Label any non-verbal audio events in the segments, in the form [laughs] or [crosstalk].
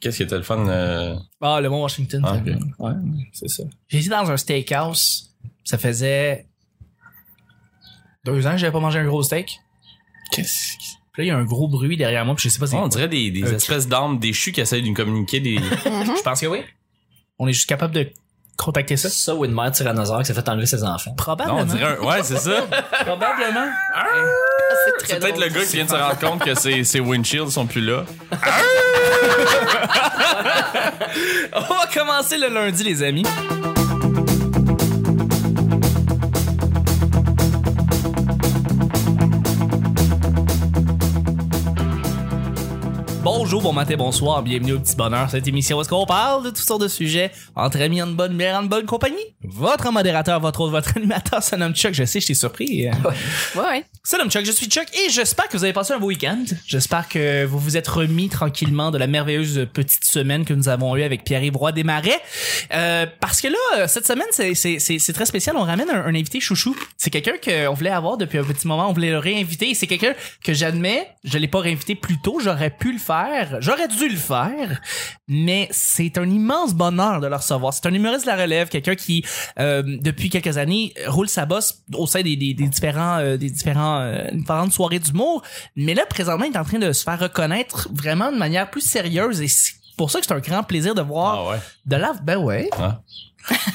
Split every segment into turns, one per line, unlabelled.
Qu'est-ce qui était le fun? euh,
Ah, le Mont Washington.
Ah,
quand même. Ouais, c'est ça. J'ai été dans un steakhouse. Ça faisait deux ans que j'avais pas mangé un gros steak.
Qu'est-ce qui-
Puis là, il y a un gros bruit derrière moi, puis je sais pas si...
On dirait des, des
Euh,
espèces d'armes déchues qui essayent de nous communiquer
[laughs]
des.
Mhm.
Je pense que oui. On est juste capable de contacter ça.
C'est ça ou une mère tyrannosaure qui s'est fait enlever ses enfants.
non,
Probablement.
on dirait un... Ouais, c'est
[laughs]
ça.
Probablement.
Ah, c'est très
C'est peut-être
drôle.
le gars qui vient de se rendre compte que ses, ses windshields sont plus là.
On va commencer le lundi, les amis. Bonjour, bon matin, bonsoir, bienvenue au Petit Bonheur, cette émission où est-ce qu'on parle de toutes sortes de sujets, entre amis, en bonne bière, en bonne compagnie. Votre modérateur, votre autre, votre animateur se nomme Chuck, je sais, je t'ai surpris.
Ouais, ouais.
Salut Chuck, je suis Chuck et j'espère que vous avez passé un beau week-end. J'espère que vous vous êtes remis tranquillement de la merveilleuse petite semaine que nous avons eue avec Pierre-Yves Roy Desmarais. Euh, parce que là, euh, cette semaine, c'est- c'est c'est- c'est très spécial. On ramène un, un invité chouchou. C'est quelqu'un qu'on voulait avoir depuis un petit moment. On voulait le réinviter. Et C'est quelqu'un que j'admets, je l'ai pas réinvité plus tôt. J'aurais pu le faire. J'aurais dû le faire. Mais c'est un immense bonheur de le recevoir. C'est un humoriste de la relève, quelqu'un qui, euh, depuis quelques années, roule sa bosse au sein des, des- des différents, euh, des différents, euh, différentes soirées d'humour. Mais là, présentement, il est en train de se faire reconnaître vraiment de manière plus sérieuse. Et c'est pour ça que c'est un grand plaisir de voir
Ah ouais.
de là. Ben ouais.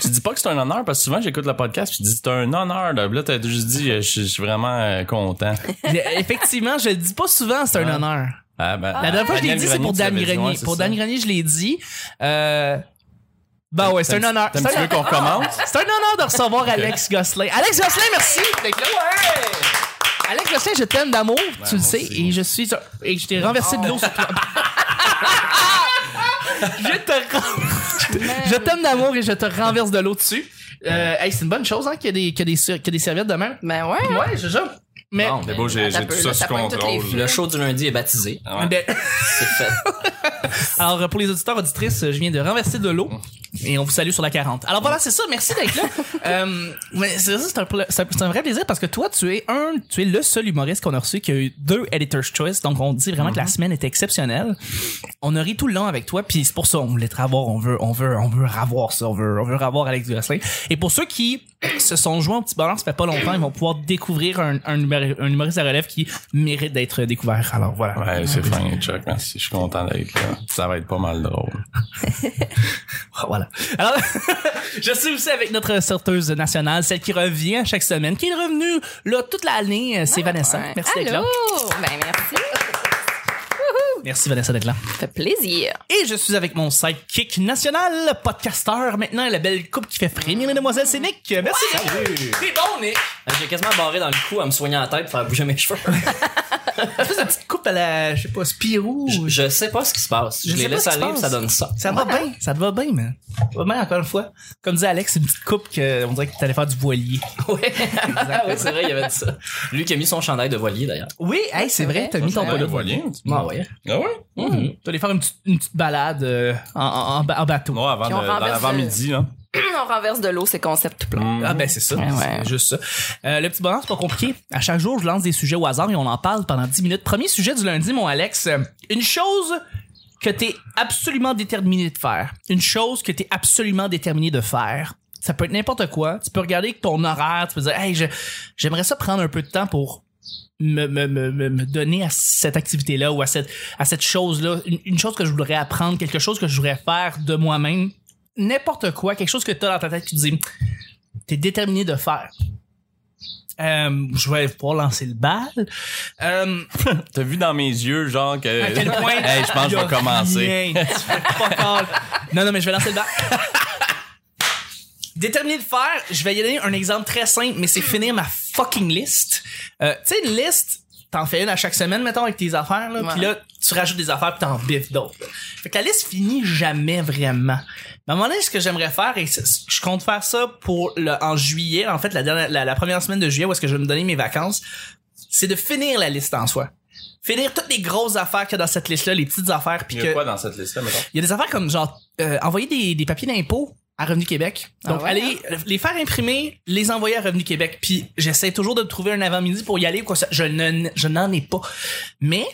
Tu dis pas que c'est un honneur parce que souvent j'écoute le podcast puis tu dis c'est un honneur. Là, là t'as juste dit euh, je je suis vraiment euh,
[laughs]
content.
Effectivement, je le dis pas souvent, c'est un
Ah.
honneur.
Ah, ben,
La dernière fois que je l'ai
Daniel
dit, c'est
Grenier,
pour
tu
Dan
l'avais dit,
Grenier.
ouais, c'est
pour
ça.
Dan Grenier, je l'ai dit. Euh... Ben ouais, c'est un
T'as-
honneur.
t'as un
C'est
petit
un
peu qu'on recommence?
C'est un honneur de recevoir Alex Gosselin. Alex Gosselin, merci d'être là. Alex Gosselin, je t'aime d'amour, tu le
Ben, moi
sais,
aussi.
et je suis. Et je t'ai renversé de l'eau sur toi. je te ren- Je t'aime d'amour et je te renverse de l'eau dessus. Euh, hey, c'est une bonne chose hein, qu'il y, a des- qu'il y a des sur- qu'il y a des serviettes de même.
Ben ouais. hein.
Ouais, je jure. Mais.
Bon,
C'est
ben,
beau, j'ai
Attends
j'ai tout
peu,
ça
là,
sous
ça pointe toutes les
contrôle.
le show du lundi est baptisé.
Ah ouais.
Ben-
C'est fait.
[laughs] Alors, euh, pour les auditeurs, auditrices, euh, je viens de renverser de l'eau. Et on vous salue sur la 40. Alors voilà, c'est ça. Merci d'être là. Euh, ouais, c'est ça, c'est un, pla- c'est un- c'est un vrai plaisir parce que toi, tu es un, tu es le seul humoriste qu'on a reçu qui a eu deux Editor's Choice. Donc, on dit vraiment que la semaine était exceptionnelle. On a ri tout le long avec toi. Puis c'est pour ça, on voulait te revoir. On veut, on veut, on veut revoir ça. On veut, on veut revoir Alex Gosselin. Et pour ceux qui se sont joints au petit bonheur, ça fait pas longtemps, ils vont pouvoir découvrir un, un, humori- un humoriste à relève qui mérite d'être découvert. Alors voilà.
Ouais, c'est fin, Chuck, merci. Je suis content d'être là. Ça va être pas mal drôle.
Ah, Voilà. Alors, [laughs] je suis aussi avec notre sorteuse nationale, celle qui revient à chaque semaine, qui est revenue là toute l'année. euh, C'est Vanessa.
Ouais.
Merci d'être là.
Allô? Ben merci.
Merci Vanessa d'être là.
Ça fait plaisir.
Et je suis avec mon sidekick national, le podcasteur maintenant, la belle coupe qui fait frémir les demoiselles, c'est Nick. Merci. Nick. T'es bon, Nick.
Euh, J'ai quasiment barré dans le cou à me soigner la tête pour faire bouger mes
[laughs]
cheveux.
Fais une petite coupe à la, je sais pas, Spirou.
Je, je sais pas ce qui se passe. Je,
Je sais
les
pas
laisse
ce qui se
aller puis ça
passe.
donne ça.
Ça te va bien, ça te va bien, man. Ça te va bien, encore une fois. Comme disait Alex, c'est une petite coupe que, on dirait que t'allais faire du voilier.
[laughs] Ouais. Ah oui, c'est vrai, il avait dit ça. Lui qui a mis son chandail de voilier d'ailleurs.
Oui, hey, c'est vrai,
vrai.
t'as mis ton
Ouais,
polo.
on voit bien.
Ah ouais.
Ah ouais?
Mhm.
Tu vas aller faire une petite, une petite balade euh, en, en- en ba- en bateau.
Ouais, avant
Puis on
de- dans
renverse
l'avant-midi, là.
[clears throat] On renverse de l'eau, c'est concept tout plein.
Ah ben c'est ça,
Ouais, ouais.
c'est juste ça. Euh, le petit bonheur, c'est pas compliqué. À chaque jour, je lance des sujets au hasard et on en parle pendant 10 minutes. Premier sujet du lundi, mon Alex. euh, Une chose que t'es absolument déterminé de faire. Une chose que t'es absolument déterminé de faire. Ça peut être n'importe quoi. Tu peux regarder ton horaire, tu peux dire, hey, je- j'aimerais ça prendre un peu de temps pour me, me, me, me- me donner à cette activité-là ou à cette, à cette chose-là, une, une chose que je voudrais apprendre, quelque chose que je voudrais faire de moi-même, n'importe quoi, quelque chose que tu as dans ta tête, tu te dis, t'es déterminé de faire. Euh, je vais pouvoir lancer le bal. Euh,
T'as vu dans mes yeux, genre, que.
à quel point.
[laughs] Hey, je pense que je
y a
vais commencer. [laughs]
rien. Tu fais pas call. Non, non, mais je vais lancer le bal. Déterminé de faire, je vais y donner un exemple très simple, mais c'est finir ma fucking liste. Euh, tu sais, une liste, t'en fais une à chaque semaine, mettons, avec tes affaires, là,
Ouais.
puis là, tu rajoutes des affaires, puis t'en biffes d'autres. Fait que la liste finit jamais vraiment. Mais à un moment donné, ce que j'aimerais faire, et c'est- je compte faire ça pour le, en juillet, en fait, la, dernière, la, la première semaine de juillet, où est-ce que je vais me donner mes vacances, c'est de finir la liste en soi. Finir toutes les grosses affaires qu'il y a dans cette liste-là, les petites affaires, puis
Il y a
que...
quoi dans cette liste-là, mettons?
Il y a des affaires comme genre euh, envoyer des, des papiers d'impôt à Revenu Québec. Donc,
Ah ouais,
allez les faire imprimer, les envoyer à Revenu Québec. Puis, j'essaie toujours de trouver un avant-midi pour y aller ou quoi. ça- Je ne- je n'en ai pas. Mais,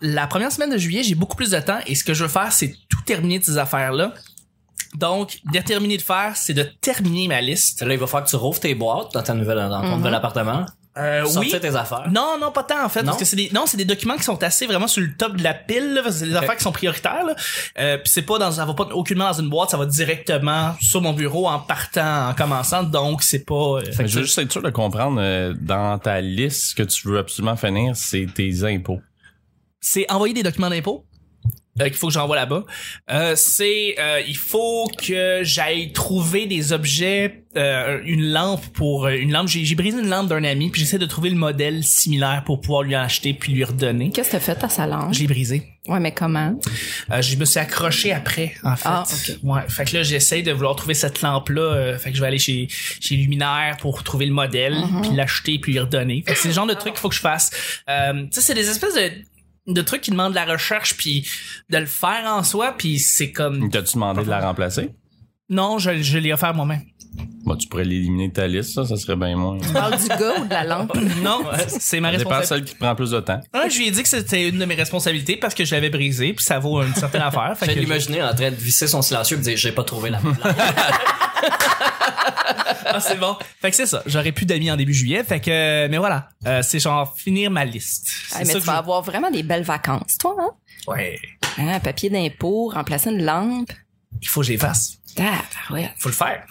la première semaine de juillet, j'ai beaucoup plus de temps et ce que je veux faire, c'est tout terminer de ces affaires-là. Donc, de terminer de faire, c'est de terminer ma liste.
Là, il va falloir que tu rouvres tes boîtes dans, ta nouvelle, dans ton nouvel appartement.
Euh,
sortir tes affaires.
Mhm. Non, non, pas tant en fait.
Non?
Parce que c'est des, non, c'est des documents qui sont assez vraiment sur le top de la pile. là, parce que c'est des affaires qui sont prioritaires. Là. Euh, Puis c'est pas dans, ça va pas aucunement dans une boîte, ça va directement sur mon bureau en partant, en commençant. Donc c'est pas. euh,
Mais je veux juste être sûr de comprendre euh, dans ta liste ce que tu veux absolument finir, c'est tes impôts.
c'est envoyer des documents d'impôt euh, qu'il faut que j'envoie là-bas. Euh, c'est euh, il faut que j'aille trouver des objets, euh, une lampe pour euh, une lampe. J'ai, j'ai brisé une lampe d'un ami puis j'essaie de trouver le modèle similaire pour pouvoir lui en acheter puis lui redonner.
Qu'est-ce que t'as fait à sa langue?
Je l'ai brisé.
Ouais, mais comment?
Euh, je me suis accroché après, en fait.
Ah, ok.
Ouais. Fait que là, j'essaie de vouloir trouver cette lampe-là. euh, fait que je vais aller chez, chez Luminaire pour trouver le modèle,
Mhm.
puis l'acheter, puis lui redonner. Fait que c'est le genre de truc qu'il faut que je fasse. Euh, tu sais, c'est des espèces de, de trucs qui demandent de la recherche, puis de le faire en soi, puis c'est comme...
T'as-tu demandé de la remplacer?
Non, je, je l'ai offert
[laughs]
moi-même.
Bon, tu pourrais l'éliminer de ta liste, ça, ça serait bien moins.
Tu parles du gars ou de la lampe?
Non, c'est ma
Ça dépend de
responsabilité.
celle qui te prend plus de temps.
Ah, je lui ai dit que c'était une de mes responsabilités parce que je l'avais brisé, puis ça vaut une certaine affaire. Fait
Je
que
vais l'imaginer en train de visser son silencieux et dire j'ai pas trouvé la
[laughs]
place.
Ah, c'est bon. Fait que c'est ça. J'aurais plus d'amis en début juillet. Fait que, euh, mais voilà. Euh, c'est genre finir ma liste.
Ah,
[laughs] C'est
mais
ça
tu
que
vas avoir vraiment des belles vacances, toi, hein?
je- Ouais.
Hein, Un papier d'impôt, remplacer une lampe.
Il faut que je les fasse.
Tabarouette.
Faut le faire.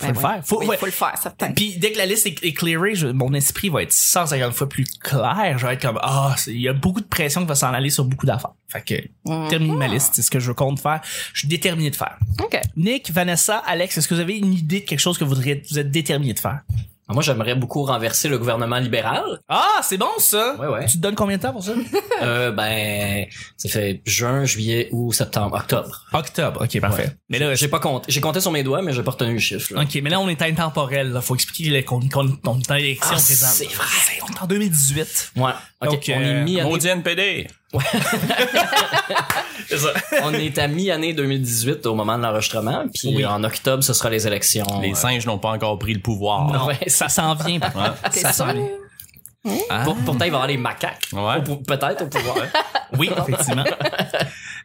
Faut
Ben
le
ouais.
faire. Faut,
Oui,
ouais.
faut le faire, certain.
Puis dès que la liste est, est clearée, je- mon esprit va être 150 fois plus clair. Je vais être comme, ah, c'est- il y a beaucoup de pression qui va s'en aller sur beaucoup d'affaires. Fait que,
Mhm.
terminer ma liste, c'est ce que je compte faire. Je suis déterminé de faire.
OK.
Nick, Vanessa, Alex, est-ce que vous avez une idée de quelque chose que vous, voudriez- vous êtes déterminé de faire?
Moi, j'aimerais beaucoup renverser le gouvernement libéral.
Ah, c'est bon, ça!
Ouais, ouais.
Tu te donnes combien de temps
[laughs]
pour ça?
Euh, ben, ça fait juin, juillet, août, septembre, octobre.
Octobre. OK, parfait. Mais là,
J'ai pas compté. J'ai compté sur mes doigts, mais j'ai pas retenu le chiffre. là.
OK, mais là, on est intemporel. Là. Faut expliquer le- qu'on qu'on- qu'on est en élection
Ah,
présente.
c'est vrai.
On est en 2018.
Ouais. Ok.
Donc,
on
euh,
est mi-année
Maudit NPD!
[laughs] on est à mi-année 2018 au moment de l'enregistrement, puis
Oui.
en octobre, ce sera les élections.
Les
Euh,
singes n'ont pas encore pris le pouvoir.
Non,
Ah ouais,
ça s'en vient. par contre.
Ouais.
T'es
Ça
sûr?
s'en allait.
Ah.
Pour- pourtant, il va y avoir les macaques.
Ouais.
Au pou- Peut-être au pouvoir.
Oui,
[laughs]
effectivement.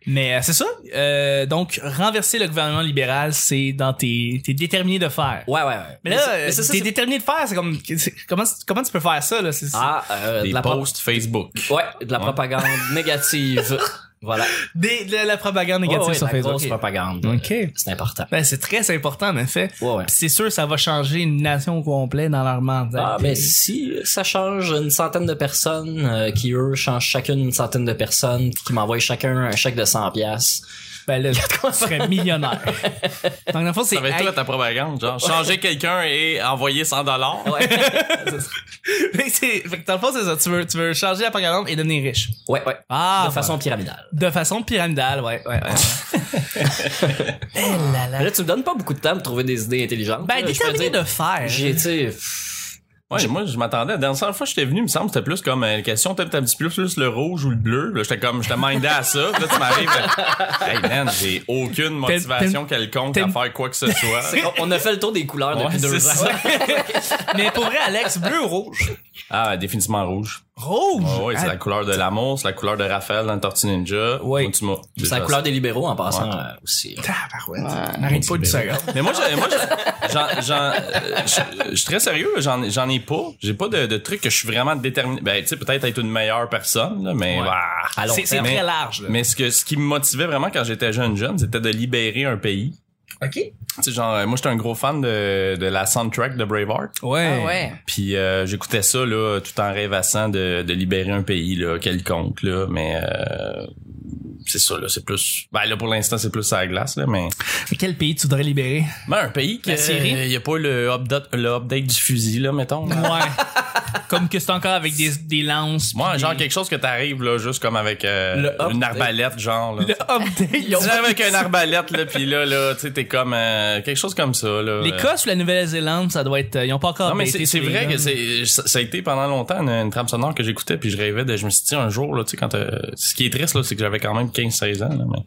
Mais euh, c'est ça. Euh, donc, renverser le gouvernement libéral, c'est dans tes... T'es déterminé de faire.
Ouais, ouais, ouais.
Mais là,
c'est- mais c'est
euh,
ça,
t'es
c'est-
déterminé de faire. C'est comme... c'est- Comment, comment tu peux faire ça? Là? C'est- c'est-
Ah, euh,
Des
de la pro-
posts Facebook.
Ouais, de la
Ouais.
propagande
[laughs]
négative. Voilà. Oh,
Des- de la propagande négative
Ouais, ouais,
sur
la
Facebook.
grosse propagande.
OK.
C'est important.
Ben, c'est très important, en effet.
Ouais, ouais.
Puis C'est sûr, ça va changer une nation au complet dans leur mandat.
Ah, mais si ça change une centaine de personnes, euh, qui eux changent chacune une centaine de personnes, qui m'envoient chacun un chèque de 100 piastres.
Ben là, tu serais millionnaire. [laughs] Donc, dans le fond, c'est...
Ça va être
[laughs]
toi ta propagande, genre changer quelqu'un et envoyer 100 dollars.
[laughs] Ouais.
Mais c'est, fait que dans le fond, c'est ça. Tu veux, tu veux changer la propagande et devenir riche.
ouais, ouais.
Ah,
de façon pyramidale.
de façon pyramidale, ouais, ouais,
Mais là, tu me donnes pas beaucoup de temps pour trouver des idées intelligentes.
Ben,
Là, je peux
déterminé
dire,
de faire.
J'ai, tu sais, pff,
Ouais, moi, je m'attendais. La dernière fois que j'étais venu, il me semble, c'était plus comme euh, une question, peut-être un petit peu plus le rouge ou le bleu. Là, j'étais comme, j'étais mindé à ça. Puis là, tu m'arrives. euh, Hey man, j'ai aucune motivation quelconque à
t'aimes-
faire quoi que
[laughs]
ce soit.
on- on a fait le tour des couleurs
Ouais,
depuis
c'est
deux ans.
ça.
[laughs] Mais pour vrai, Alex, bleu ou rouge?
Ah, définitivement rouge.
Rouge!
Ouais,
Ah,
ouais, c'est la couleur de l'amour, c'est la couleur de Raphaël dans le Tortue Ninja.
Ouais.
Moi, tu m'as-
C'est la couleur des libéraux en passant euh, aussi.
N'arrête pas une seconde.
Mais moi, je, moi, je- j'en- j'en- euh, je- je suis très sérieux. J'en, j'en ai pas. J'ai pas de, de truc que je suis vraiment déterminé. Ben, tu sais, peut-être être une meilleure personne, là, mais.
Ouais.
bah,
À long
C'est, c'est
terme.
très large, là.
Mais ce, que, ce qui me motivait vraiment quand j'étais jeune jeune, c'était de libérer un pays.
OK.
Tu sais, genre, euh, moi, j'étais un gros fan de, de la soundtrack de Braveheart.
Ah ouais.
Puis euh, j'écoutais ça, là, tout en rêvassant de, de libérer un pays, là, quelconque, là. Mais euh, c'est ça, là, c'est plus... Ben là, pour l'instant, c'est plus à la glace, là, mais...
Mais quel pays tu voudrais libérer?
Mais un pays qui...
La Syrie?
Il y a pas le update, le update du fusil, là, mettons.
[laughs]
là.
Ouais. Comme que c'est encore avec des, des lances.
Moi,
puis
genre
des-
quelque chose que t'arrives, là, juste comme avec euh,
Le update.
une arbalète, genre, là. [laughs]
Le update.
Genre avec une arbalète, là, puis là, là, tu sais, t'es comme... euh, quelque chose comme ça, là. Euh,
L'Écosse ou la Nouvelle-Zélande, ça doit être. euh, Ils ont pas encore.
Non, mais c'est
updaté
c'est
sur les
vrai que
guns.
c'est ça ça a été pendant longtemps une, une trame sonore que j'écoutais puis je rêvais de je me suis dit un jour là tu sais quand euh, ce qui est triste là c'est que j'avais quand même 15 16 ans là, mais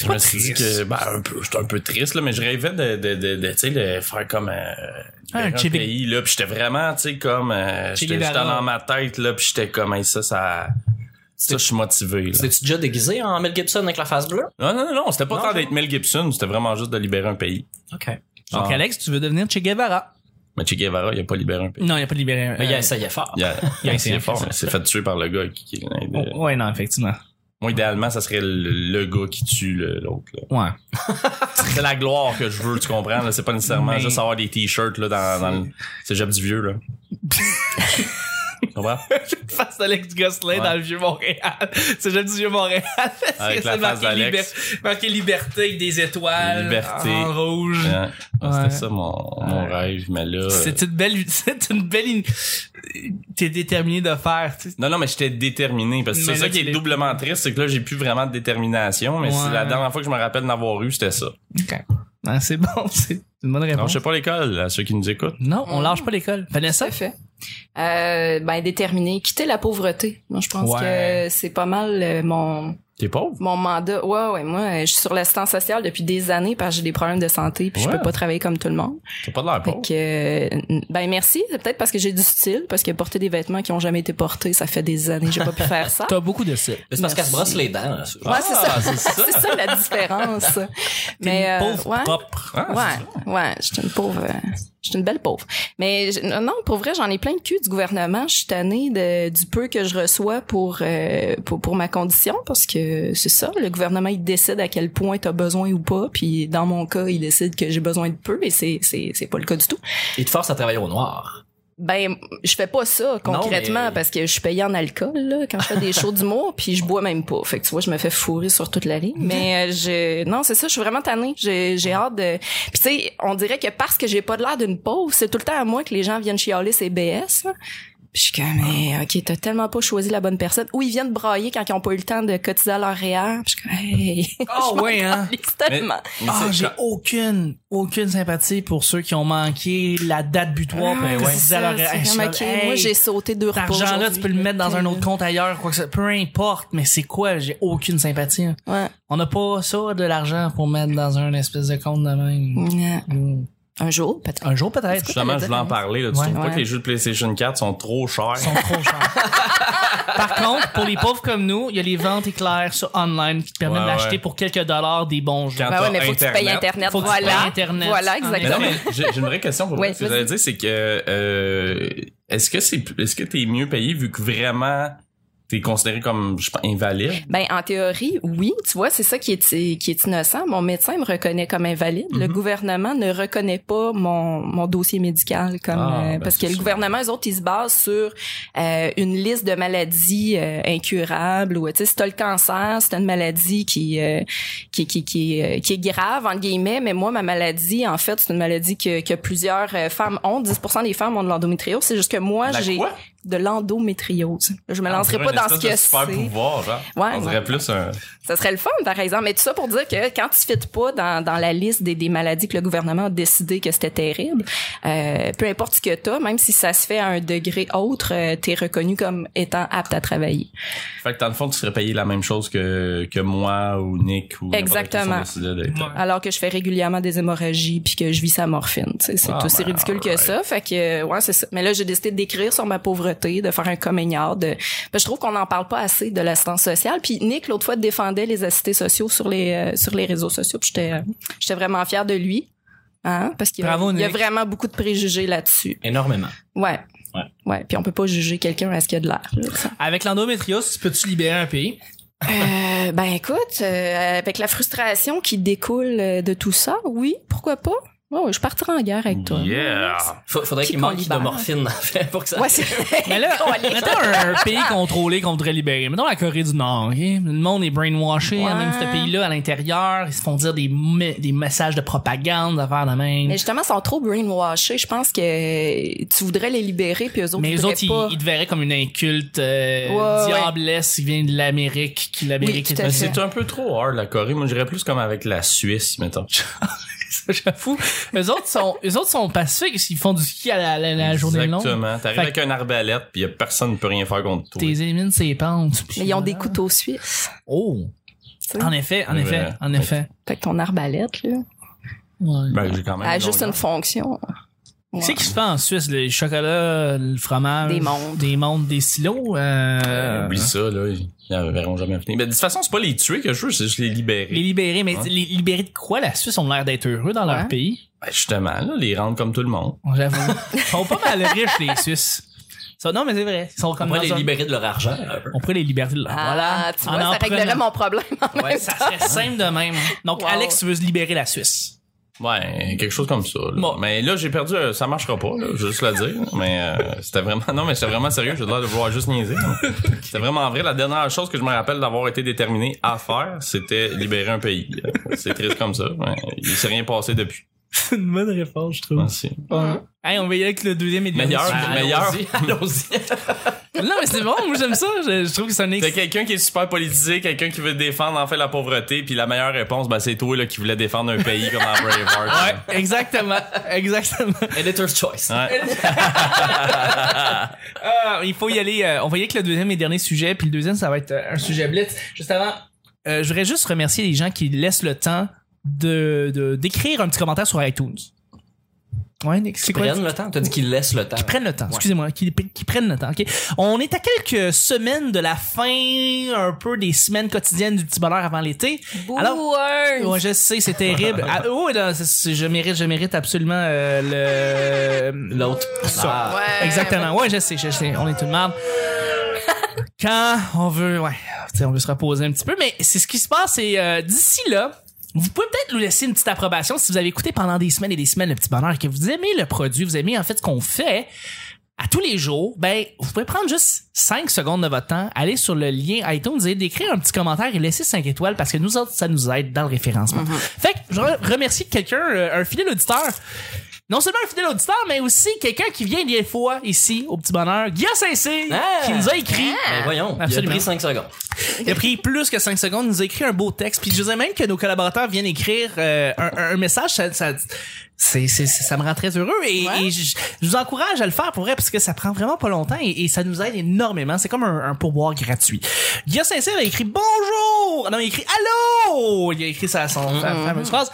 Je
pas
me suis dit
triste.
que, ben, un peu, j'étais un peu triste, là, mais je rêvais de, de, de, de, tu sais, de faire comme, euh,
Ah,
libérer
un Che
un pays, là, pis j'étais vraiment, tu sais, comme, euh,
Che
j'étais j'étais
Guevara.
dans ma tête, là, pis j'étais comme, hey, ça, ça, ça, je suis motivé, là.
T'es-tu déjà déguisé en Mel Gibson avec la face bleue?
Non, non, non, non, c'était pas
Non,
tant
non.
d'être Mel Gibson, c'était vraiment juste de libérer un pays.
OK.
Donc,
Ah.
Alex, tu veux devenir Che Guevara.
Mais Che Guevara, il a pas libéré un pays.
Non, il n'y a pas de libéré.
Mais il
euh,
essayait fort.
Il a, il a
c'est
essayé fort, mais il s'est fait tuer par le gars qui, qui- euh,
oh, ouais, non, effectivement.
Moi, idéalement, ça serait le, le gars qui tue le- l'autre, là.
[laughs] Ouais.
C'est la gloire que je veux, tu comprends, là. C'est pas nécessairement
Mais-
juste avoir des t-shirts, là, dans, dans le, c'est Job du vieux, là. tu comprends?
face d'Alex Gosselin
Ouais.
dans le Vieux-Montréal. [laughs] C'est j'aime du Vieux-Montréal.
Avec la
[laughs] C'est
face
marqué
d'Alex.
liber- Marqué liberté avec des étoiles.
Liberté.
En rouge.
Hein? Ah,
[laughs] Ouais.
C'était ça mon, mon
Ouais.
rêve, mais là. euh,
C'est une belle, [laughs] c'est une belle, in- t'es déterminé de faire, tu sais.
Non, non, mais j'étais déterminé. Parce que
Mais
c'est ça
là,
qui
tu
est
l'es-
doublement triste, c'est que là, j'ai plus vraiment de détermination, mais
Ouais.
c'est la dernière fois que je me rappelle d'avoir eu, c'était ça.
Ah, c'est bon, c'est une bonne
Non,
réponse.
je sais pas l'école, à ceux qui nous écoutent.
Non, on lâche pas l'école. Vanessa?
Tout à fait. Euh, ben, déterminé. Quitter la pauvreté. Moi, je pense
Ouais.
que c'est pas mal euh, mon,
T'es pauvre?
mon mandat. Ouais, ouais. Moi, euh, je suis sur l'assistance sociale depuis des années parce que j'ai des problèmes de santé puis
Ouais. Oh.
je peux pas travailler comme tout le monde.
T'as pas de l'air
Fait
pauvre.
que, euh, ben, merci. C'est peut-être parce que j'ai du style, parce que porter des vêtements qui ont jamais été portés, ça fait des années que j'ai pas pu
[laughs]
faire ça.
T'as beaucoup de ça.
C'est parce qu'elle se brosse les dents. là.
Ouais, c'est ça.
Ah, c'est ça.
[laughs] C'est ça
[laughs]
la différence. Mais, euh,
pauvre
ouais.
propre.
Ah, c'est ça.
ouais, ouais, je suis une pauvre. euh, Je suis une belle pauvre. Mais je- non, pour vrai, j'en ai plein le cul du gouvernement. Je suis tannée de- du peu que je reçois pour, euh, pour pour ma condition parce que c'est ça, le gouvernement il décide à quel point t'as besoin ou pas. Puis dans mon cas, il décide que j'ai besoin de peu et c'est c'est c'est pas le cas du tout.
Il te force à travailler au noir.
Ben, je fais pas ça concrètement
mais-
parce que je suis payée en alcool là, quand je fais des shows d'humour, puis je bois même pas. Fait que tu vois, je me fais fourrer sur toute la ligne. Mais euh, je, non, c'est ça, je suis vraiment tannée. J'ai, j'ai hâte de. Puis tu sais, on dirait que parce que j'ai pas de l'air d'une pauvre, c'est tout le temps à moi que les gens viennent chialer ces BS. là. Puis je suis comme, mais ok, t'as tellement pas choisi la bonne personne. Ou ils viennent brailler quand ils ont pas eu le temps de cotiser à leur REER. Puis je suis comme, hey, [laughs]
Ah ouais, hein.
c'est tellement.
Mais
Ah,
c'est-
j'ai aucune, aucune sympathie pour ceux qui ont manqué la date butoir.
Ah,
Ben ouais.
c'est ça,
Alors,
c'est
hey,
comme,
je-
ok,
hey,
moi j'ai sauté deux repas.
Cet argent-là, tu peux le
aujourd'hui.
mettre dans un autre compte ailleurs, quoi que ce Peu importe, mais c'est quoi? J'ai aucune sympathie. hein.
Ouais.
On n'a pas ça de l'argent pour mettre dans un espèce de compte de même.
Ouais.
Mm.
Un jour, peut-être.
Un jour peut-être.
Justement, je voulais en parler. Là. Tu
Ouais.
trouves pas
Ouais.
que les jeux de PlayStation 4 sont trop chers?
Ils sont trop chers. [laughs] Par contre, pour les pauvres comme nous, il y a les ventes éclairs sur online qui te permettent
Ouais,
d'acheter
ouais.
pour quelques dollars des bons jeux.
Quand
Ben ouais,
t'as
mais faut que tu payes Internet.
Faut que tu
voilà.
payes Internet.
Voilà,
Mais non,
exactement.
mais j'ai j'ai une vraie question pour vous.
Ouais,
Ce que j'allais dire, c'est que euh, est-ce que c'est est-ce que t'es mieux payé vu que vraiment t'es considéré comme je pense, invalide?
Ben, en théorie, oui. Tu vois, c'est ça qui est, qui est innocent. Mon médecin me reconnaît comme invalide. Le
Mhm.
gouvernement ne reconnaît pas mon, mon dossier médical comme,
Ah,
euh,
ben,
parce
c'est
que le
ça.
gouvernement, eux autres, ils se basent sur euh, une liste de maladies euh, incurables ou, tu sais, si t'as le cancer, c'est une maladie qui, euh, qui, qui, qui, est, euh, qui est grave, entre guillemets, mais moi, ma maladie, en fait, c'est une maladie que, que plusieurs euh, femmes ont. 10 des femmes ont de l'endométriose. C'est juste que moi,
La
j'ai
quoi?
de l'endométriose. Je me
Ah, On
lancerai
dirait
pas
une
dans ce que
espèce de super
c'est.
pouvoir, genre.
Ouais,
On
ouais.
dirait plus un.
Ça serait le fun, par exemple. Mais tout ça pour dire que quand tu fites pas dans, dans la liste des, des maladies que le gouvernement a décidé que c'était terrible, euh, peu importe ce que t'as, même si ça se fait à un degré autre, euh, t'es reconnu comme étant apte à travailler.
Fait que dans le fond, tu serais payé la même chose que, que moi ou Nick ou n'importe qui
Exactement.
si on décidait d'être-
Ouais.
Alors que je fais régulièrement des hémorragies puis que je vis sa morphine. tu sais. C'est
Ah,
aussi
ben,
ridicule que
alright.
ça. Fait que, euh, ouais, c'est ça. Mais là, j'ai décidé d'écrire sur ma pauvreté, de faire un coming out. de- parce que je trouve qu'on n'en parle pas assez de l'assistance sociale. Puis Nick, l'autre fois, défendait les assistés sociaux sur les, euh, sur les réseaux sociaux. Puis j'étais, euh, j'étais vraiment fière de lui. Hein? Parce qu'il y a-
Bravo,
il y a
Nick.
vraiment beaucoup de préjugés là-dessus.
Énormément.
Ouais.
Ouais.
Ouais. Puis on peut pas juger quelqu'un à ce qu'il y a de l'air. là, tu sais.
Avec l'endométriose, peux-tu libérer un pays?
Euh, ben écoute, euh, avec la frustration qui découle euh, de tout ça, oui, pourquoi pas? Oh, je partirai en guerre avec toi.
Yeah!
Fa- Faudrait
Qui
qu'il
qu'on
manque de
libère?
morphine, [laughs] en fait, pour que ça.
Ouais, c'est-
[laughs] Mais là,
[laughs]
mettons un pays contrôlé qu'on voudrait libérer. Mettons la Corée du Nord, OK? Le monde est brainwashé, hein,
Ouais.
même ce pays-là, à l'intérieur. Ils se font dire des, me- des messages de propagande, d'affaires de même.
Mais justement, ils sont trop brainwashés. Je pense que tu voudrais les libérer, puis eux autres,
Mais
ils
eux autres, ils,
voudraient pas.
ils te verraient comme une inculte euh,
Ouais, ouais.
diablesse qui vient de l'Amérique, qui l'Amérique
Oui,
est
tout à
un-
Mais
[laughs]
fait.
c'est un peu trop hard, la Corée. Moi, j'irais plus comme avec la Suisse, mettons.
J'avoue. Eux autres sont, eux autres sont pacifiques, ils font du ski à la, la- la journée longue.
Exactement. T'arrives
Fait
avec un arbalète, puis y a personne ne peut rien faire contre toi.
T'es élimines ses pentes. puis
Mais ils ont des
voilà.
couteaux suisses.
Oh.
tu sais.
En effet, en
Ouais.
effet, en
Ouais.
effet.
Fait que ton arbalète, là,
Ben, j'ai quand même.
elle a Ah, juste
longueur.
une fonction. Ouais.
Qu'est-ce qui se fait en Suisse? Le chocolat, le fromage?
Des montres.
Des montres, des silos. Euh...
Oublie ça, là. Ils n'en verront jamais venir. Mais de toute façon, c'est pas les tuer que je veux, c'est juste les libérer.
Les libérés, mais
Hein?
les libérés de quoi? La Suisse ont l'air d'être heureux dans leur
Ouais.
pays.
Ben, justement, là, les rendre comme tout le monde.
J'avoue. Ils sont pas mal riches, les Suisses. Ils sont- Non, mais c'est vrai. Ils sont
On
comme
va
dans
les
un-
libérer de leur argent, un peu.
On pourrait les libérer de leur.
Ah, tu
En
vois,
en
ça réglerait
prenant.
mon problème. en
[laughs] Ouais,
même
ça
temps.
serait
Hein?
simple de même. Donc,
Wow.
Alex, tu veux libérer la Suisse.
Ouais, quelque chose comme ça. là.
Bon.
Mais là, j'ai perdu, euh, ça marchera pas, là, je veux juste le dire. Mais euh, c'était vraiment, non, mais c'était vraiment sérieux, j'ai l'air de vouloir juste niaiser.
[laughs]
C'était vraiment vrai. La dernière chose que je me rappelle d'avoir été déterminé à faire, c'était libérer un pays. C'est triste comme ça, mais il s'est rien passé depuis.
C'est une bonne réponse, je trouve.
Merci.
Hey, on va y aller avec le deuxième et dernier
Meilleur,
sujet.
meilleur.
Ah, [laughs] Allons-y.
Non, mais c'est bon, moi j'aime ça. Je, je trouve que c'est un
C'est
ex...
quelqu'un qui est super politisé, quelqu'un qui veut défendre en fait la pauvreté, puis la meilleure réponse, ben, c'est toi là, qui voulais défendre un pays comme dans Braveheart.
Ouais, exactement. Exactement.
Editor's Choice.
Ouais.
Ah, il faut y aller. euh, on va y aller avec le deuxième et dernier sujet. Puis le deuxième, ça va être euh, un sujet blitz. Juste avant, euh, je voudrais juste remercier les gens qui laissent le temps de de- d'écrire un petit commentaire sur iTunes. Ouais, Nick, c'est
Ils
quoi?
prennent le temps. T'as dit qu'ils laissent le temps.
Qui prennent le temps, excusez-moi, qui, qui prennent le temps, ok? On est à quelques semaines de la fin, un peu des semaines quotidiennes du petit bonheur avant l'été. Alors,
Boueur.
ouais, je sais, c'est terrible. Ah, oh, là, c'est- c'est- je mérite, je mérite absolument euh, le...
L'autre.
Ça.
Ah.
Ouais.
Exactement. Ouais, je sais, je sais. On est tout de
[laughs]
marde. Quand on veut, ouais, tu sais, on veut se reposer un petit peu, mais c'est ce qui se passe. Et euh, d'ici là, vous pouvez peut-être nous laisser une petite approbation si vous avez écouté pendant des semaines et des semaines le petit bonheur, que vous aimez le produit, vous aimez en fait ce qu'on fait à tous les jours. Ben, vous pouvez prendre juste 5 secondes de votre temps, aller sur le lien iTunes et d'écrire un petit commentaire et laisser 5 étoiles parce que nous autres, ça nous aide dans le référencement. Fait que je re- remercie quelqu'un, euh, un fidèle auditeur non seulement un fidèle auditeur, mais aussi quelqu'un qui vient des fois ici, au Petit Bonheur, Guillaume Saint-Cyr,
Ah!
qui nous a écrit.
Ben voyons,
Absolument.
il a pris 5 secondes.
Il a pris plus que 5 secondes, il nous a écrit un beau texte. Puis je disais même que nos collaborateurs viennent écrire euh, un, un- un message, ça, ça, c'est- c'est- c'est- ça me rend très heureux. Et,
Ouais.
et je, je vous encourage à le faire pour vrai, parce que ça prend vraiment pas longtemps et, et ça nous aide énormément. C'est comme un, un pourboire gratuit. Guillaume Saint-Cyr a écrit « Bonjour ». Non, il a écrit « Allô ». Il a écrit ça à son sa fameuse phrase.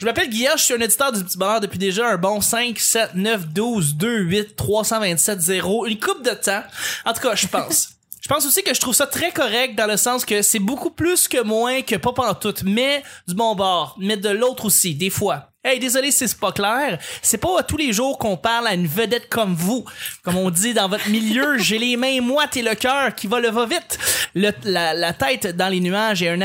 Je m'appelle Guillaume, je suis un éditeur du Petit Bonheur depuis déjà un bon 5, 7, 9, 12, 2, 8, 327, 0, une coupe de temps. En tout cas, je pense. Je pense aussi que je trouve ça très correct dans le sens que c'est beaucoup plus que moins que pas pantoute, mais du bon bord, mais de l'autre aussi, des fois. Hey, désolé si c'est pas clair. C'est pas à tous les jours qu'on parle à une vedette comme vous. Comme on dit dans votre milieu, j'ai les mains moites et le cœur qui va le va vite. Le- la, la tête dans les nuages et un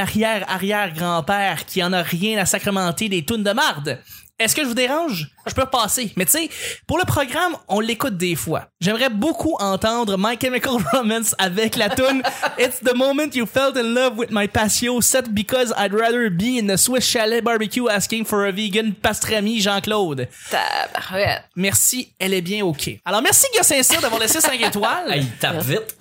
arrière-arrière-grand-père qui en a rien à sacrementer des tunes de marde. Est-ce que je vous dérange? Je peux passer. Mais tu sais, pour le programme, on l'écoute des fois. J'aimerais beaucoup entendre My Chemical Romance avec la tune It's the moment you felt in love with my patio set because I'd rather be in a Swiss chalet barbecue asking for a vegan pastrami Jean-Claude.
Tabarouette.
Merci, elle est bien OK. Alors merci Guillaume Saint-Cyr d'avoir laissé 5
Ah,
étoiles.
il
[laughs]
tape vite.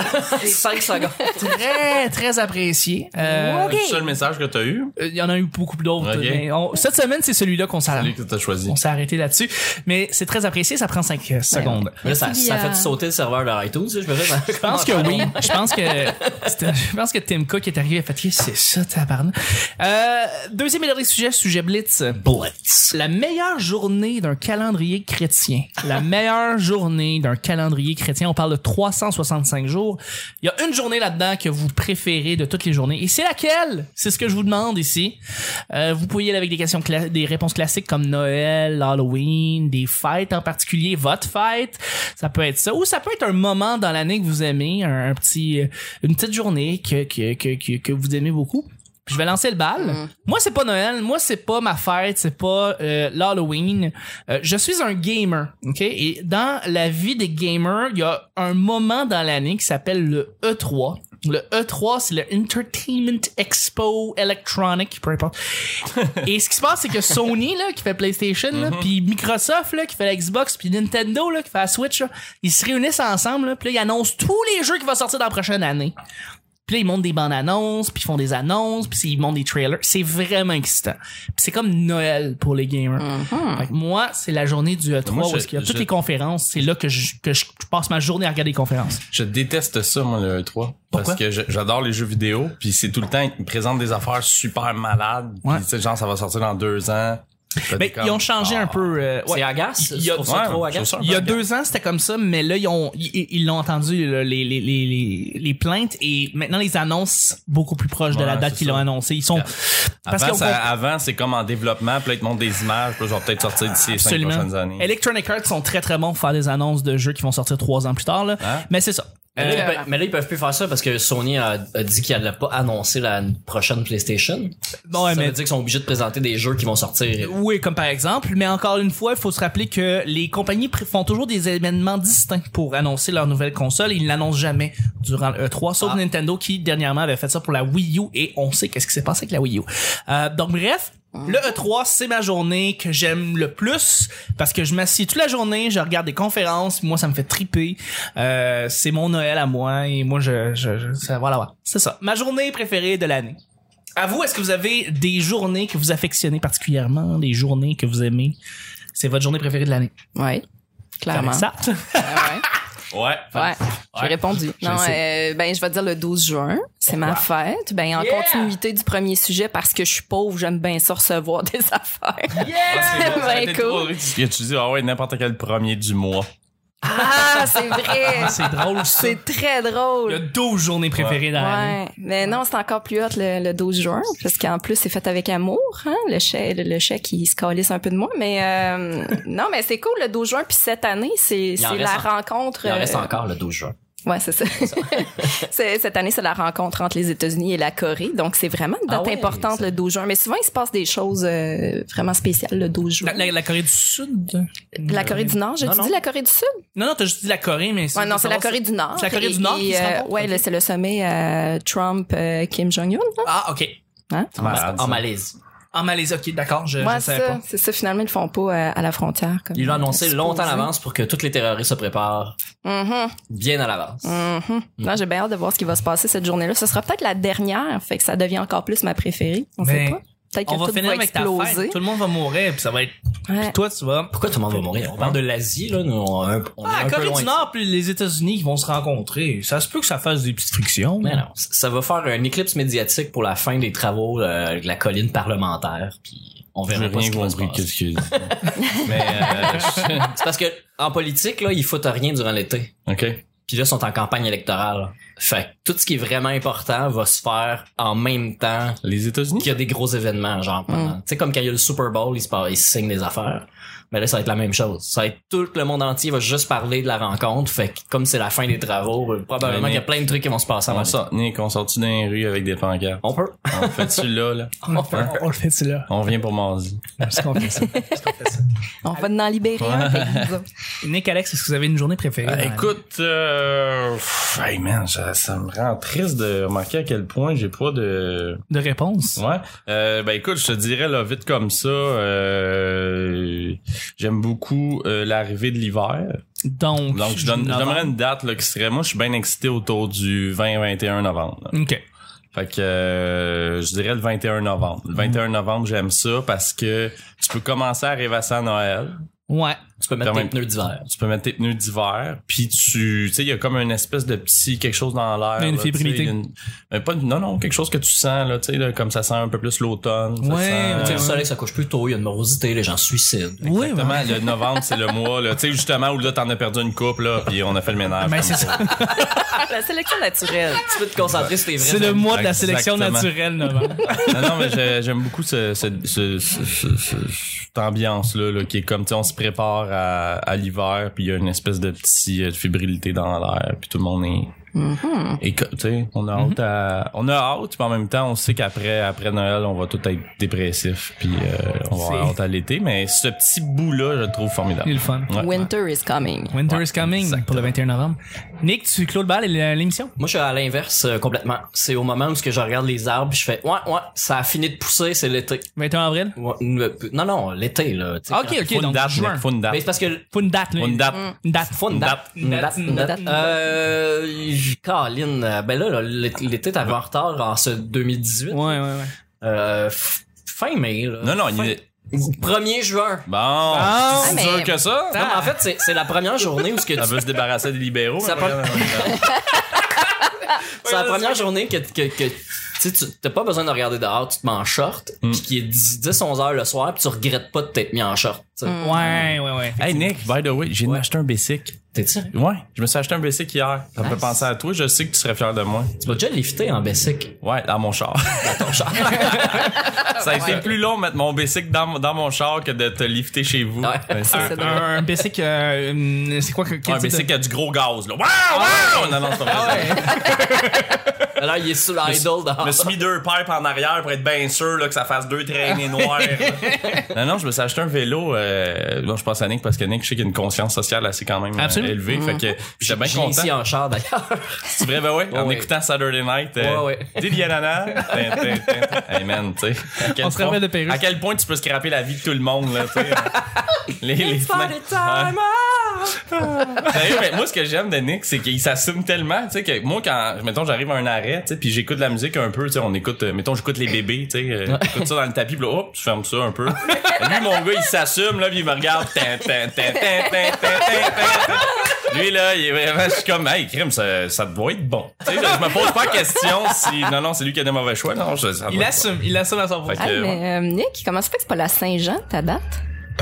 5 secondes.
Très, très apprécié. Euh,
C'est le seul message que t'as eu,
Il y en a eu beaucoup d'autres.
Ok.
mais on- cette semaine, c'est celui-là qu'on
celui
s'arrête.
que t'as choisi.
On s'est arrêté là-dessus, mais c'est très apprécié, ça prend 5 secondes.
Là, ça,
Merci,
ça fait
euh,
Guillaume.
sauter le serveur de iTunes, là, je me fais.
Je pense que oui. Je pense que c'était- je pense que Tim Cook est arrivé et a fait Qu'est-ce que c'est ça tabarnak. Euh, deuxième et dernier sujet, sujet blitz.
Blitz.
La meilleure journée d'un calendrier chrétien. La meilleure journée d'un calendrier chrétien. On parle de 365 jours. Il y a une journée là-dedans que vous préférez de toutes les journées. Et c'est laquelle? C'est ce que je vous demande ici. Euh, vous pouvez y aller avec des questions, cla- des réponses classiques comme Noël, Halloween, des fêtes en particulier, votre fête. Ça peut être ça. Ou ça peut être un moment dans l'année que vous aimez, un, un petit, euh, une petite journée que, que, que, que, que vous aimez beaucoup. Puis je vais lancer le bal. Moi, c'est pas Noël. Moi, c'est pas ma fête. C'est pas euh, l'Halloween. Euh, je suis un gamer. OK? Et dans la vie des gamers, il y a un moment dans l'année qui s'appelle le E3. Le E3, c'est le Entertainment Expo Electronic, peu importe. Et ce qui se passe, c'est que Sony, là, qui fait PlayStation, là, puis Microsoft, là, qui fait la Xbox, puis Nintendo, là, qui fait la Switch, là, ils se réunissent ensemble, là, puis là, ils annoncent tous les jeux qui vont sortir dans la prochaine année. Puis là, ils montent des bandes annonces, puis ils font des annonces, puis ils montent des trailers. C'est vraiment excitant. Puis c'est comme Noël pour les gamers.
Mm-hmm.
Fait que moi, c'est la journée du E3
Moi,
où
je-
est-ce qu'il y a
je-
toutes les conférences. C'est là que je, que je passe ma journée à regarder les conférences.
Je déteste ça, moi, le E3.
Pourquoi?
Parce que je- j'adore les jeux vidéo, puis c'est tout le temps, ils me présentent des affaires super malades.
Ouais.
Puis, tu sais, genre, ça va sortir dans deux ans. Là,
Ben,
t'es comme,
ils ont changé
ah.
un peu. euh, ouais.
C'est agace.
Il y a-
Je trouve ça
ouais,
trop
je trouve
agace.
ça un peu
Il y a deux ans, c'était comme ça, mais là, ils ont, ils ils l'ont entendu, là, les, les, les, les, les plaintes, et maintenant, les annonces beaucoup plus proches de la
Ouais,
date
c'est
qu'ils
ça.
l'ont annoncé. Ils sont, parce
avant,
qu'ils ont
ça- avant, c'est comme en développement, puis là, ils te montrent des images, puis là, ils vont peut-être sortir d'ici les cinq prochaines
absolument.
années.
Electronic Arts sont très, très bons pour faire des annonces de jeux qui vont sortir trois ans plus tard, là.
Hein?
Mais c'est ça.
Mais là, ils
Euh,
peuvent- mais là, ils peuvent plus faire ça parce que Sony a, a dit qu'il allait pas annoncer la prochaine PlayStation.
Bon, ouais,
ça
mais-
veut dire qu'ils sont obligés de présenter des jeux qui vont sortir.
Oui, comme par exemple, mais encore une fois, il faut se rappeler que les compagnies pr- font toujours des événements distincts pour annoncer leur nouvelle console. Ils ne l'annoncent jamais durant le E3, sauf
Ah.
Nintendo qui dernièrement avait fait ça pour la Wii U et on sait qu'est-ce qui s'est passé avec la Wii U. Euh, donc bref. Le E3, c'est ma journée que j'aime le plus parce que je m'assieds toute la journée, je regarde des conférences, moi ça me fait triper. Euh, c'est mon Noël à moi et moi je, je, je- ça- voilà, voilà. c'est ça. Ma journée préférée de l'année. À vous, est-ce que vous avez des journées que vous affectionnez particulièrement, des journées que vous aimez? C'est votre journée préférée de l'année.
Ouais. Clairement.
Ça.
Ouais.
Ouais.
Ouais, j'ai répondu.
Je
non,
le
euh, ben je vais dire le 12 juin, c'est ma fête. Ben en continuité du premier sujet parce que je suis pauvre, j'aime bien ça recevoir [laughs] des affaires.
Ah, c'est bon, ça a
Ben,
été trop
cool.
ridicule. Tu dis, ah ouais, n'importe quel premier du mois.
Ah, [laughs] c'est vrai.
C'est drôle, ça.
C'est très
Il y a
drôle.
12 journées préférées dans l'année.
Ouais, mais non, c'est encore plus hot le, le 12 juin parce qu'en plus c'est fait avec amour, hein, le chèque le, le chèque qui se calisse un peu de moi, mais euh, [laughs] non, mais c'est cool le 12 juin puis cette année, c'est
Il en
c'est la
reste en-
rencontre
Il en reste
euh,
encore le 12 juin.
Ouais, c'est ça. [laughs] C'est- Cette année, c'est la rencontre entre les États-Unis et la Corée. Donc, c'est vraiment une date
Ah ouais,
importante
ça-
le 12 juin. Mais souvent, il se passe des choses euh, vraiment spéciales le 12 juin.
La, la- la Corée du Sud?
La Corée du Nord, j'ai
Non, non.
dit la Corée du Sud.
Non, non, t'as juste dit la Corée, mais
Ouais, non, c'est la Corée du Nord.
C'est la Corée
Et-
du Nord
et,
qui se
euh,
rencontre,
ouais,
ok.
là, c'est le sommet euh, Trump euh, Kim Jong Un.
Ah, OK.
Hein?
Ah,
Malade, ça.
En Malaisie.
En Malaisie, OK, d'accord, je,
Ouais,
je
c'est
savais
ça,
pas.
c'est ça. Finalement, ils le font pas euh, à la frontière. Comme
Ils l'ont annoncé
supposé.
longtemps à l'avance pour que tous les terroristes se préparent
Mhm.
bien à l'avance.
Mhm.
Mm.
Non, j'ai bien hâte de voir ce qui va se passer cette journée-là. Ce sera peut-être la dernière, fait que ça devient encore plus ma préférée. On
Mais
sait pas. Peut-être que
On va
tout
finir
va
avec ta
exploser.
fête. Tout le monde va mourir, puis ça va être...
Ouais.
Puis toi, tu vas...
Pourquoi tout le monde va mourir? On parle de l'Asie, là. Nous, on, est un- on est
Ah,
un
la
peu
Corée
loin
du
de
Nord puis les États-Unis qui vont se rencontrer. Ça se peut que ça fasse des petites frictions.
Mais non, ça ça va faire un éclipse médiatique pour la fin des travaux euh, de la colline parlementaire, puis on
J'ai
verra pas
rien
ce qui va se
compris.
passer.
Qu'est-ce qu'il dit? Mais,
[laughs]
euh,
C'est parce que en politique, là, ils foutent rien durant l'été.
je- OK.
Puis là, ils sont en campagne électorale. Fait que tout ce qui est vraiment important va se faire en même temps
Les États-Unis?
qu'il y a des gros événements,
Mm.
genre. pendant- Tu sais, comme quand il y a le Super Bowl, ils se, par- ils se signent des affaires. Mais là, ça va être la même chose. Ça va être tout le monde entier va juste parler de la rencontre. Fait que comme c'est la fin des travaux, euh, probablement
Mais-
qu'il y a plein de trucs qui vont se passer avant
On
ça.
sort, Nick, on sort-tu dans les rues avec des pancartes?
On peut.
On fait-tu là, là?
On, on le fait, c'est là.
On revient pour mardi.
Parce qu'on fait ça.
On va en libérer un. fait que nous autres.
Nick, Alex, est-ce que vous avez une journée préférée?
Euh,
dans
écoute, euh, pff, hey man, ça, ça me rend triste de remarquer à quel point j'ai pas de.
la- De réponse.
Ouais. Euh, ben écoute, je te dirais là vite comme ça. euh, J'aime beaucoup euh, l'arrivée de l'hiver.
Donc,
Donc je, donne, je donnerais
novembre.
une date là, qui serait. Moi, je suis bien excité autour du 20-21 novembre. là.
OK.
Fait que euh, je dirais le 21 novembre. Le 21 novembre, j'aime ça parce que tu peux commencer à rêvasser à Noël.
Ouais.
Tu peux mettre
Quand
tes
même.
pneus d'hiver.
tu peux mettre tes pneus d'hiver, puis tu, tu sais, il y a comme une espèce de petit quelque chose dans l'air. là,
Une
tu sais,
fébrilité.
il y a une- mais pas, une- non, non, quelque chose que tu sens, là, tu sais, là, comme ça sent un peu plus l'automne. ça
Ouais,
sent-
ouais,
Tu sais, le
ouais.
soleil, ça couche plus tôt, il y a une morosité, les gens se suicident.
Oui,
Exactement, le novembre, c'est le mois, là, tu sais, justement, où là, t'en as perdu une coupe, là, puis on a fait le ménage.
Ben,
comme
c'est ça.
Ah, La sélection naturelle.
Tu peux te concentrer sur tes vrais
C'est le mois de la sélection
Exactement.
naturelle, novembre.
[laughs] non, non, mais j'ai- j'aime beaucoup ce, ce, ce- ce- ce- ce- cette ambiance-là, là, qui est comme, tu sais, on se prépare à, à l'hiver, puis il y a une espèce de petit euh, fébrilité dans l'air, puis tout le monde est... Et que, tu sais, on a hâte à- on a hâte, mais en même temps, on sait qu'après, après Noël, on va tout être dépressif, puis euh, on va avoir
C'est-
hâte à l'été, mais ce petit bout-là, je le trouve
C'est
formidable.
le fun.
Ouais.
Winter is coming.
Winter
Ouais,
is coming
exactement.
pour le 21 novembre. Nick, tu clôt le bal et l- l'émission?
Moi, je suis à l'inverse euh, complètement. C'est au moment où ce que je regarde les arbres, je fais ouais, ouais, ça a fini de pousser, c'est l'été.
21 avril?
Ouais, euh, non, non, l'été là. tu sais,
Ah,
quand-
ok, ok,
Faut une
donc
date,
juin.
Nick, faut une
Mais
date.
c'est parce que
Faut une date, là.
Faut une date.
Une date.
Faut une date. Une date, une date.
Une date.
Euh, j- Caroline, euh, ben là, là, l'été, t'avais en retard en ce 2018.
Ouais, ouais, ouais.
Euh, f- fin mai, là.
Non, non, il
Fin-
est-
1er juin.
Bon,
Ah,
c'est
mais-
dur que ça.
Non, mais en fait, c'est- c'est la première journée où ce que
Elle
tu
veut se débarrasser des libéraux.
Ça
mais
prend-
voilà.
[laughs] C'est la première journée que, que, que tu sais, tu- t'as pas besoin de regarder dehors, tu te mets en short,
Mm.
puis qui est 10-11 heures le soir, puis tu regrettes pas de t'être mis en short. tu sais.
Ouais, ouais, ouais.
Hey Nick, by the way, j'ai acheté un Bessic.
T'es tiré.
Ouais, je me suis acheté un Bessic hier. Ça me fait
Nice.
penser à toi, je sais que tu serais fier de moi.
Tu vas déjà lifter en basic.
Ouais, dans mon char. [laughs] Dans ton char. ça a été plus long de mettre mon Bessic dans, dans mon char que de te lifter chez vous.
Ouais.
Ouais, [laughs] c'est-
Ça
Un,
doit-
un basic, euh, hum, c'est quoi que, quel
un
type de-
Bessic qui a du gros gaz, là. Waouh, waouh! Non, non, c'est pas vrai.
Alors, il est sous
Je me suis-
l'idol
Je
dehors.
me suis mis deux pipes en arrière pour être bien sûr là, que ça fasse deux traînées noires. [laughs] non, non, je me suis acheté un vélo. Euh, bon, je pense à Nick parce que Nick, je sais qu'il a une conscience sociale assez quand même euh,
Absolument.
élevée. Fait que j'étais bien
J'ai
content.
ici en char d'ailleurs.
C'est vrai, ben ouais, en
ouais.
écoutant Saturday Night. euh,
Ouais,
[laughs]
ouais.
Didi Anana. Tin, tin, tin, tin. Hey man, tu sais. à quel
On se
point-
rappelle de Pérus.
À quel point tu peux scraper la vie de tout le monde, là, tu [laughs] sais. les, les fenêtres. Ouais. Sérieux, mais moi, ce que j'aime de Nick, c'est qu'il s'assume tellement, tu sais, que moi, quand, mettons, j'arrive à un arrêt, tu sais, puis j'écoute de la musique un peu, tu sais, on écoute, euh, mettons, j'écoute les bébés, tu sais, euh, j'écoute ça dans le tapis, puis là, hop, je ferme ça un peu. Lui, mon gars, il s'assume, là, puis il me regarde, tin, tin, tin, tin, tin, tin, tin, tin. Lui, là, il est vraiment, je suis comme, hey, crime, ça, ça doit être bon. Tu sais, je me pose pas la question si, non, non, c'est lui qui a des mauvais choix, non, je, ça doit
Il
être
assume, il assume à son
bon. Fait que,
Ah,
ouais.
mais euh, Nick, comment ça fait que c'est pas la Saint-Jean, ta date?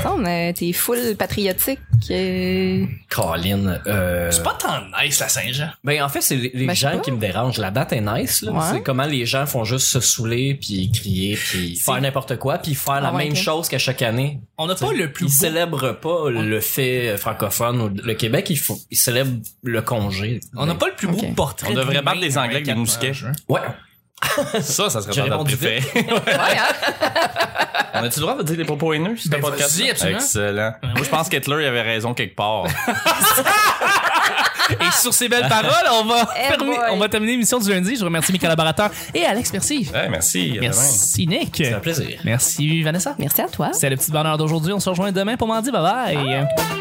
Non, mais t'es full patriotique. euh.
Colin, euh...
C'est pas tant nice, la Saint-Jean.
Ben, en fait, c'est les, les
Ben, je sais
gens
pas.
qui me dérangent. La date est nice, là.
Ouais.
C'est comment les gens font juste se saouler, puis crier, puis faire n'importe quoi, puis faire la
Ah ouais,
même
ok.
chose qu'à chaque année.
On n'a pas le plus
Ils
beau.
célèbrent pas le fait francophone ou le Québec, ils, font, ils célèbrent le congé. Ben,
On n'a pas le plus beau
Ok.
portrait.
On devrait
d'humain
battre les
à
Anglais avec des
24
mousquets.
pages, hein.
Ouais.
Ça, ça serait
J'ai
pas notre
répondu
préféré.
Ouais, hein?
On a-tu le droit de dire des propos haineux sur
Ben,
ce podcast?
vas-y, absolument.
Excellent. Moi, je pense qu'Hitler, il avait raison quelque [laughs] part.
Et sur ces belles paroles, on va,
Ah! [laughs] Eh
fermer-
boy.
on va terminer l'émission du lundi. Je remercie mes collaborateurs et Alex, merci.
Eh, merci. à demain.
Merci Nick.
C'est un plaisir.
Merci Vanessa.
Merci à toi.
C'est le petit bonheur d'aujourd'hui. On se rejoint demain pour mardi. Bye bye.